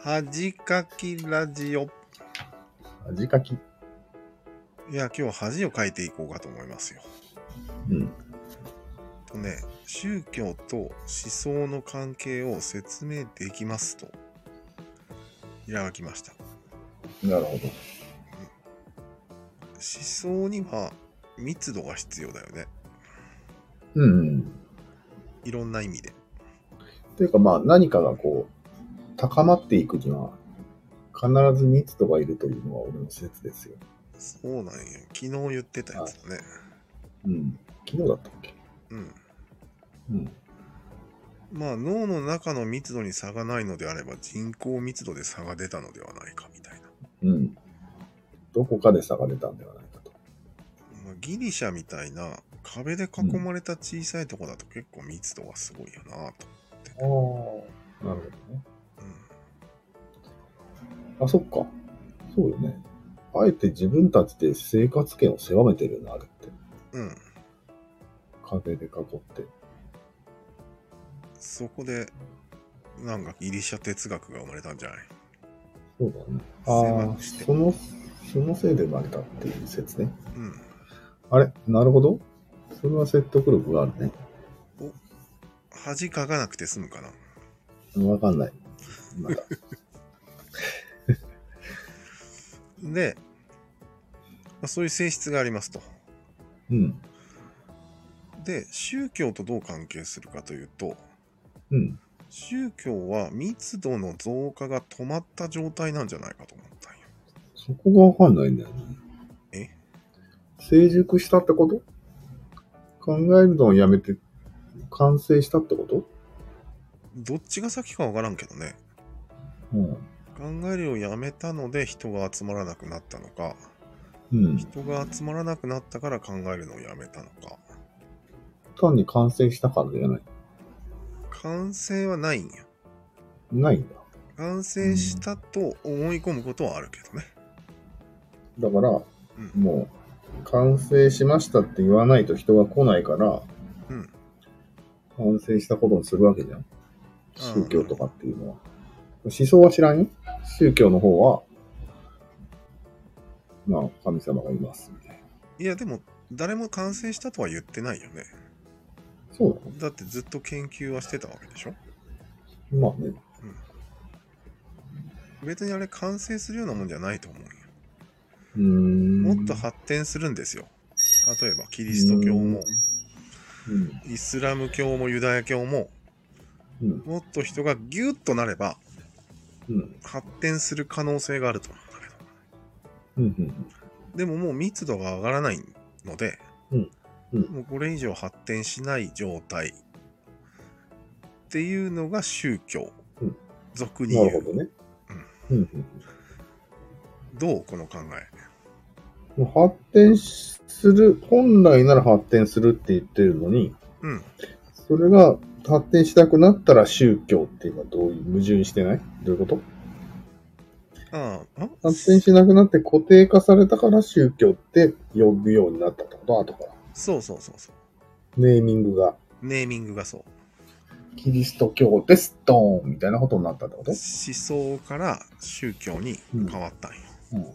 恥かきラジオ。味かき。いや、今日は恥をかいていこうかと思いますよ。うん。とね、宗教と思想の関係を説明できますと、いただきました。なるほど。思想には密度が必要だよね。うん、うん。いろんな意味で。というかまあ何かがこう、高まっていくには、必ず密度がいるというのは俺の説ですよ。そうなんよ。昨日言ってたやつだね。うん。昨日だったっけうん。うん。まあ、脳の中の密度に差がないのであれば、人口密度で差が出たのではないかみたいな。うん。どこかで差が出たんではないかと。まあギリシャみたいな壁で囲まれた小さいとこだと結構密度がすごいよなと。ああ。なるほどね。うあ、そっか。そうよね。あえて自分たちで生活圏を狭めてるよな、あれって。ん。うん。壁で囲って。そこで、なんかギリシャ哲学が生まれたんじゃないそうだね。狭ああ、くしてその、そのせいで生まれたっていう説ね。うん。あれなるほど。それは説得力があるね。恥かかなくて済むかな。わかんない。まだ。で、まあ、そういう性質がありますと。うん。で、宗教とどう関係するかというと、うん。宗教は密度の増加が止まった状態なんじゃないかと思ったんよ。そこがわかんないんだよね。え成熟したってこと考えるのをやめて、完成したってことどっちが先かわからんけどね。うん。考えるをやめたので人が集まらなくなったのか、うん。人が集まらなくなったから考えるのをやめたのか。単に完成したからじゃない。完成はないんよ。ないんだ。完成したと思い込むことはあるけどね。だから、うんもう、完成しましたって言わないと人が来ないから、うん。完成したことにするわけじゃん。宗教とかっていうのは。思想は知らんよ。宗教の方は、まあ、神様がいますみたいな。いや、でも、誰も完成したとは言ってないよね。そうだね。だってずっと研究はしてたわけでしょまあね。別にあれ完成するようなもんじゃないと思うよ。うーん。もっと発展するんですよ。例えば、キリスト教も、うん。イスラム教もユダヤ教も、うん。もっと人がギュッとなれば、うん。発展する可能性があると思うんだけど。うん。でももう密度が上がらないので、うんうんもうこれ以上発展しない状態っていうのが宗教、うん俗うん。にな言うるほどね。うん。うんどうこの考えうん。発展する、本来なら発展するって言ってるのに、うんそれが発展しなくなったら宗教っていうのはどういう、矛盾してないどういうことあああ発展しなくなって固定化されたから宗教って呼ぶようになったってこと後から。そうそうそうそうネーミングが、ネーミングがそうキリスト教です、ドーンみたいなことになったってこと思想から宗教に変わったんよ、うん。は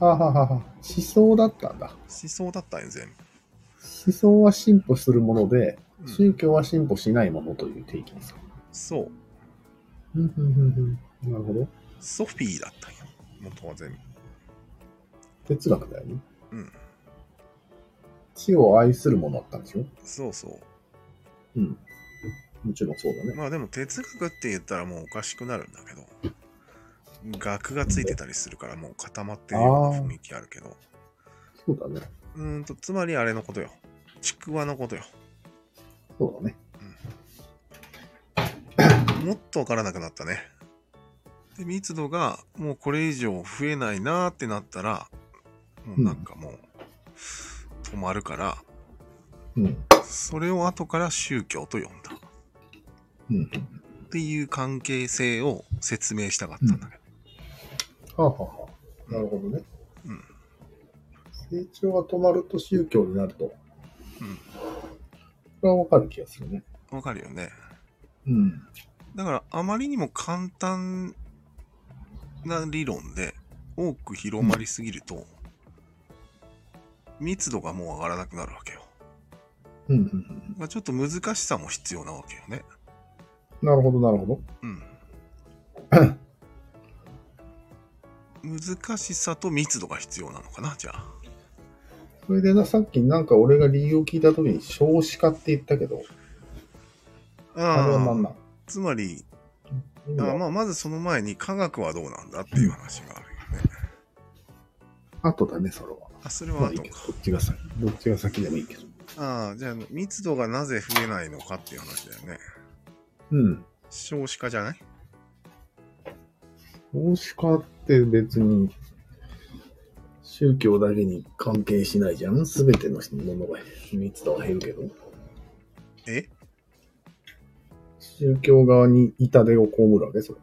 あ、はあはあはあ、思想だったんだ。思想だったんよ全思想は進歩するもので、部、うん宗教は進歩しないものという定義ですか。そううん、うん、うん、うん。なるほど。ソフィーだったんよ元は全部哲学だよね。うん地を愛するものだったんでしょそうそううん。もちろんそうだね。まあでも哲学って言ったらもうおかしくなるんだけど学がついてたりするからもう固まってるような雰囲気あるけどそうだね。うーんとつまりあれのことよちくわのことよそうだね。もっとわからなくなったねで密度がもうこれ以上増えないなーってなったらもうなんかもう止まるからうん。それを後から宗教と呼んだうん。っていう関係性を説明したかったんだけど、はあ、はあはあ、なるほどね。うん成長が止まると宗教になると。こうんれはわかる気がするね。わかるよねうん。だからあまりにも簡単な理論で多く広まりすぎると、密度がもう上がらなくなるわけよ。うんうんうん。まあちょっと難しさも必要なわけよね。なるほど、なるほど。うん。難しさと密度が必要なのかな、じゃあ。それでな、さっきなんか俺が理由を聞いたときに少子化って言ったけど、あれはなんなんつまり、今あまあ、まずその前に科学はどうなんだっていう話があるよね。あとだね、それは。あ、それまはあいい後けどか。、どっちが先、どっちが先でもいいけど。ああ、じゃあ密度がなぜ増えないのかっていう話だよね。うん。少子化じゃない少子化って別に、宗教だけに関係しないじゃんすべてのものが密度は減るけど。え宗教側に痛手を被るわけそれ。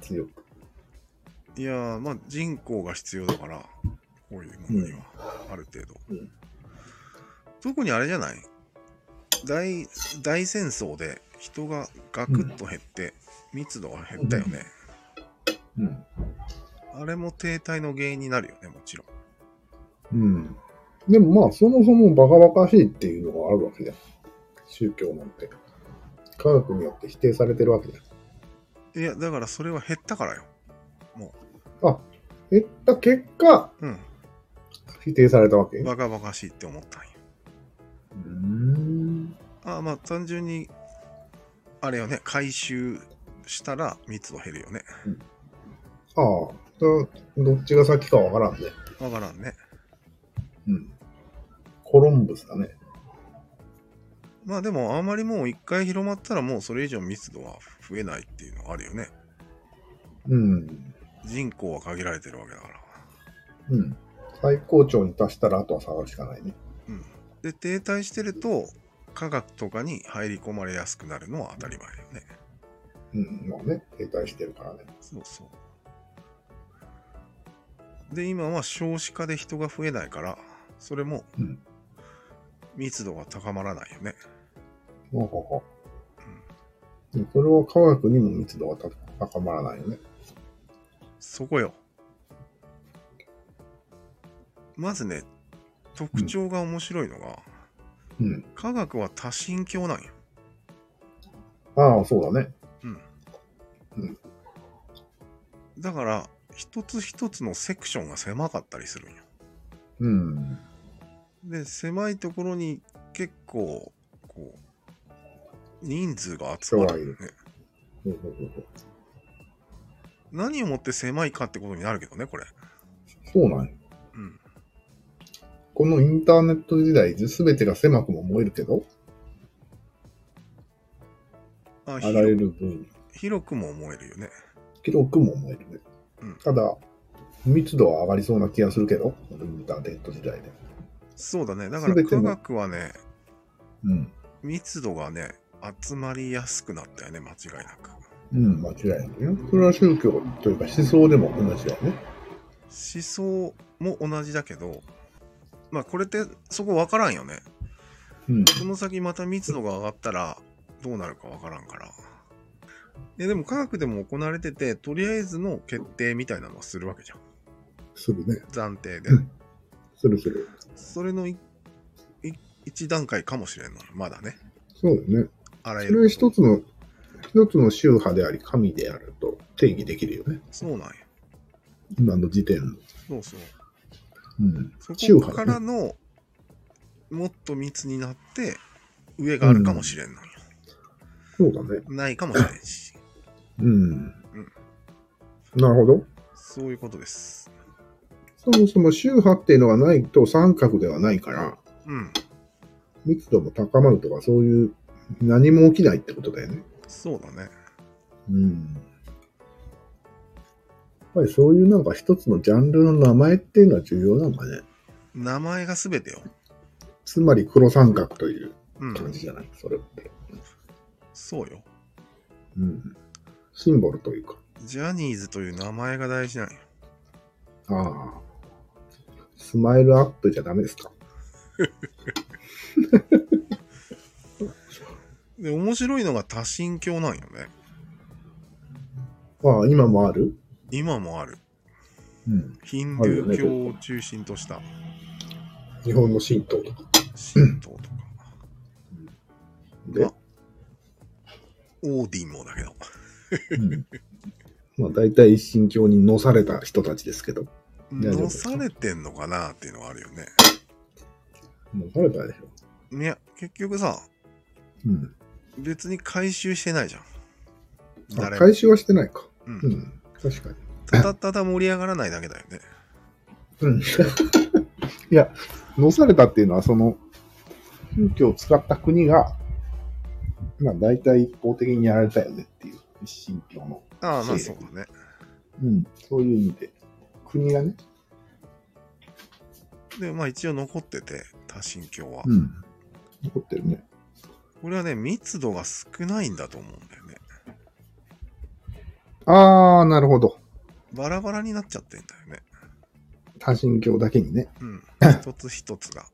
強く。いやー、まあ人口が必要だから、こういうものには、ある程度。うん特にあれじゃない大大戦争で人がガクッと減って、密度が減ったよね。うん。あれも停滞の原因になるよね、もちろん。うん。でもまあ、そもそもバカバカしいっていうのがあるわけじゃん。宗教なんて。科学によって否定されてるわけじゃいん。や、だからそれは減ったからよ。も減った結果、う。うん。否定されたわけうバカバカしいって思ったんよ。ーん。ああまあ単純に、あれよね、回収したら密度減るよね。ああ、どどっちが先かわからんね。わからんね。うん。コロンブスだね。まあでもあんまりもう一回広まったらもうそれ以上密度は増えないっていうのはあるよね。うん。人口は限られてるわけだから。うん。最高潮に達したら、あとは下がるしかないね。うん。で、停滞してると、科学とかに入り込まれやすくなるのは当たり前だよね。うん。まあね、停滞してるからね。そうそう。で、今は少子化で人が増えないから、それもうん密度が高まらないよね。ほうほうほう。でもそれは科学にも密度が高高まらないよね。そこよ。まずね、特徴が面白いのが、うん。科学は多神教なんよ。ああ、そうだね。うん。うんだから、一つ一つのセクションが狭かったりするんよ。うん。で、狭いところに結構、こう、人数が集まるよね。ほうほうほうほう何をもって狭いかってことになるけどね、これ。そうなんようん。このインターネット時代、すべてが狭くも燃えるけど、ああ広らゆる分野、広くも思えるよね。広くも燃えるね。うんただ、密度は上がりそうな気がするけど、このインターネット時代で。そうだね。だから全て科の学はね、うん。密度がね、集まりやすくなったよね、間違いなく。うん、間違いないよ。それは宗教というか思想でも同じだよね。思想も同じだけど、まあこれってそこ分からんよね。うん。この先また密度が上がったらどうなるか分からんから。ででも科学でも行われてて、とりあえずの決定みたいなのはするわけじゃん。するね。暫定で。うんするする。それのいい一段階かもしれんのよまだね。そうだよね。あらゆそる。れ一つの、一つの宗派であり、神であると定義できるよね。そうなんよ。今の時点の。そうそう。うん。そこからの、もっと密になって、上があるかもしれんのよ。そうだね。ないかもしれん し。うん。なるほど。そういうことです。そもそも宗派っていうのがないと三角ではないから、うん。密度も高まるとか、そういう、何も起きないってことだよね。そうだね。うん。やっぱりそういうなんか一つのジャンルの名前っていうのは重要なんだね。名前が全てよ。つまり黒三角といううん。感じじゃない、それって。そうよ。うん。シンボルというか。ジャニーズという名前が大事なんよ。ああ。スマイルアップじゃダメですかで、面白いのが多神教なんよね。ああ、今もある今もある。うん。ヒンあドるよゥねー教を中心とした日本の神道とか。神道とか。であ、オーディンもだけど。うん、まあ大体一神教に乗された人たちですけど、大丈夫乗ですかされてんのかなっていうのはあるよね。乗されたでしょ。いや、結局さ、うん。別に回収してないじゃん。あ誰も。回収はしてないか。う。うんん。確かに。ただただ盛り上がらないだけだよね。うん。 いや、乗されたっていうのは、その、宗教を使った国が、まあ大体一方的にやられたよねっていう、一神教の。ああ、まあそうだね。うん。そういう意味で。国がね。で、まあ一応残ってて、多神教は。ん。残ってるね。これはね、密度が少ないんだと思うんだよね。あー、なるほど。バラバラになっちゃってんだよね。多神教だけにね。うん。 一つ一つが。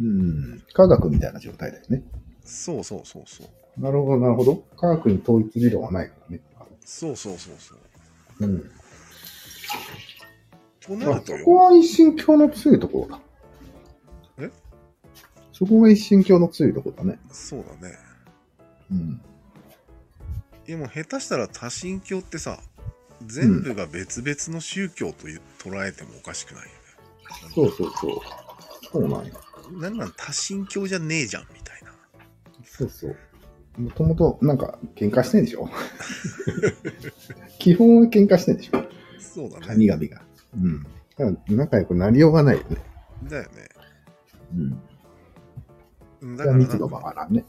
うん。科学みたいな状態だよね。そうそうそうそう。なるほど、なるほど。科学に統一理論はないからね。そうそうそうそう。うん。となあるとそこよ。は一神教の強いところだ。えそこが一神教の強いところだね。そうだね。うん。いやもう下手したら多神教ってさ、全部が別々の宗教という捉えてもおかしくないよね。そうそうそう。そうなんや。なんなん多神教じゃねえじゃんみたいな。そうそう。もともと、なんか、喧嘩してんでしょ基本は喧嘩してんでしょそうだ神ね。々が。うん。だから仲良くなりようがないよね。だよね。うん。うんだだからから密度ながんか上がらんね。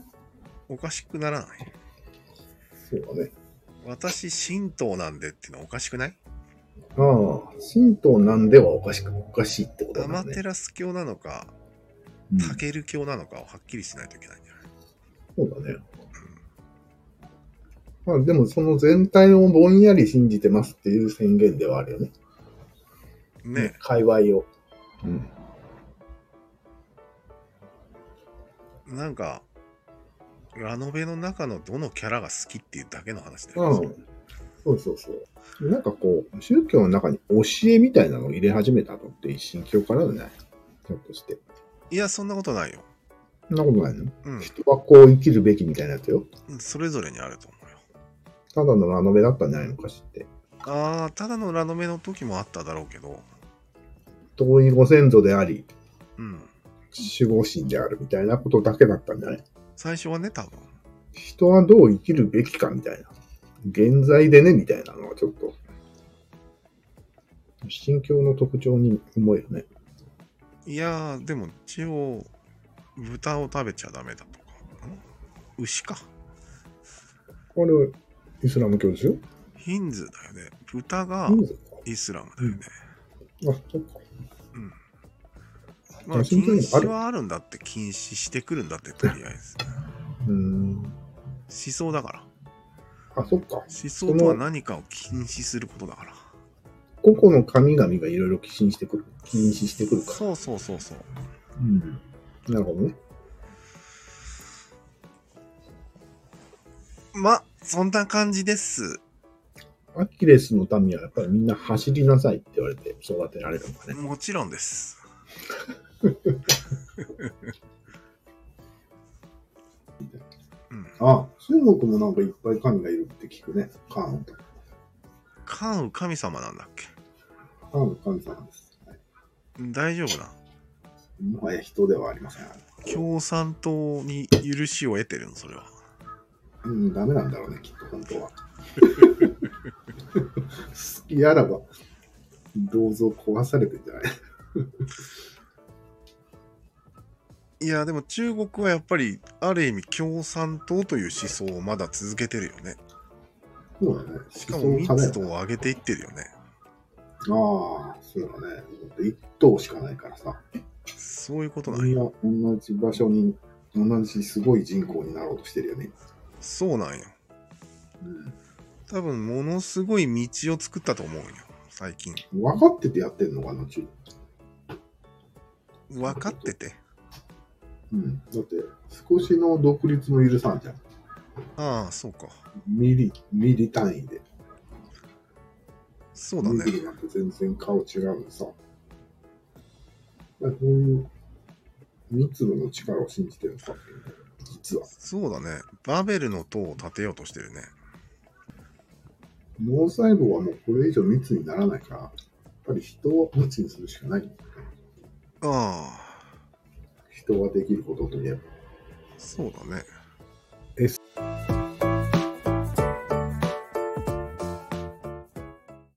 おかしくならない。そうだね。私、神道なんでっていうのはおかしくないああ、神道なんではおかしく、おかしいってことアだね。マテラス教なのか、うんタケル教なのかをはっきりしないといけないんじゃないそうだね。まあでもその全体をぼんやり信じてますっていう宣言ではあるよね。ね界隈を。うん。え、なんか、ラノベの中のどのキャラが好きっていうだけの話だうよね。ん。そうそうそう。なんかこう、宗教の中に教えみたいなのを入れ始めたのって一神教からだね。ひょっとして。いや、そんなことないよ。そんなことないのう人はこう生きるべきみたいなやつよ。ん。それぞれにあると思うよ。ただのラノベだったんじゃないのかしって。ああ、ただのラノベの時もあっただろうけど、遠いご先祖であり、うん。守護神であるみたいなことだけだったんじゃない最初はね、多分。人はどう生きるべきかみたいな。現在でね、みたいなのはちょっと、心境の特徴に思えるね。いやー、でも一応、豚を食べちゃダメだとか、ん牛か。これ、イスラム教ですよ。ヒンズーだよね。豚がヒンズーイスラムだよね。か。あ、そっか。まあ、ヒン禁ズーにもある止はあるんだって、禁止してくるんだって、とりあえず。うーん。思想だから。あ、そっか。思想とは何かを禁止することだから。個々の神々がいろいろ禁止してくる。禁止してくるか。そうそうそうそう。うん。なるほどね。まあ、そんな感じです。アキレスの民はやっぱりみんな走りなさいって言われて育てられたのかね。もちろんです。うん、あ、中国もなんかいっぱい神がいるって聞くね。カーンと。関羽神様なんだっけカーンの神様です。はい大丈夫なもはや人ではありません。共産党に許しを得てるのそれはうん、ダメなんだろうね、きっと、本当は。好きあらば、銅像壊されてんじゃないいやでも中国はやっぱりある意味共産党という思想をまだ続けてるよねそうだね。しかも密度を上げていってるよねああ、そうだね。だって一頭しかないからさ。そういうことなんみんやな同じ場所に、同じすごい人口になろうとしてるよね。そうなんや多分ものすごい道を作ったと思うよ最近うん、分かっててやってんのかな、中分かっててうん。だって、少しの独立も許さんじゃん。ああそうかミリ、ミリ単位で。そうだムービね。ーなんて全然顔違うのさ。だからこういう密度の力を信じてるのか、実は。そうだね。バベルの塔を建てようとしてるね。脳細胞はもうこれ以上密にならないから、やっぱり人を密にするしかない。ああ、人ができることといえば。そうだね。 S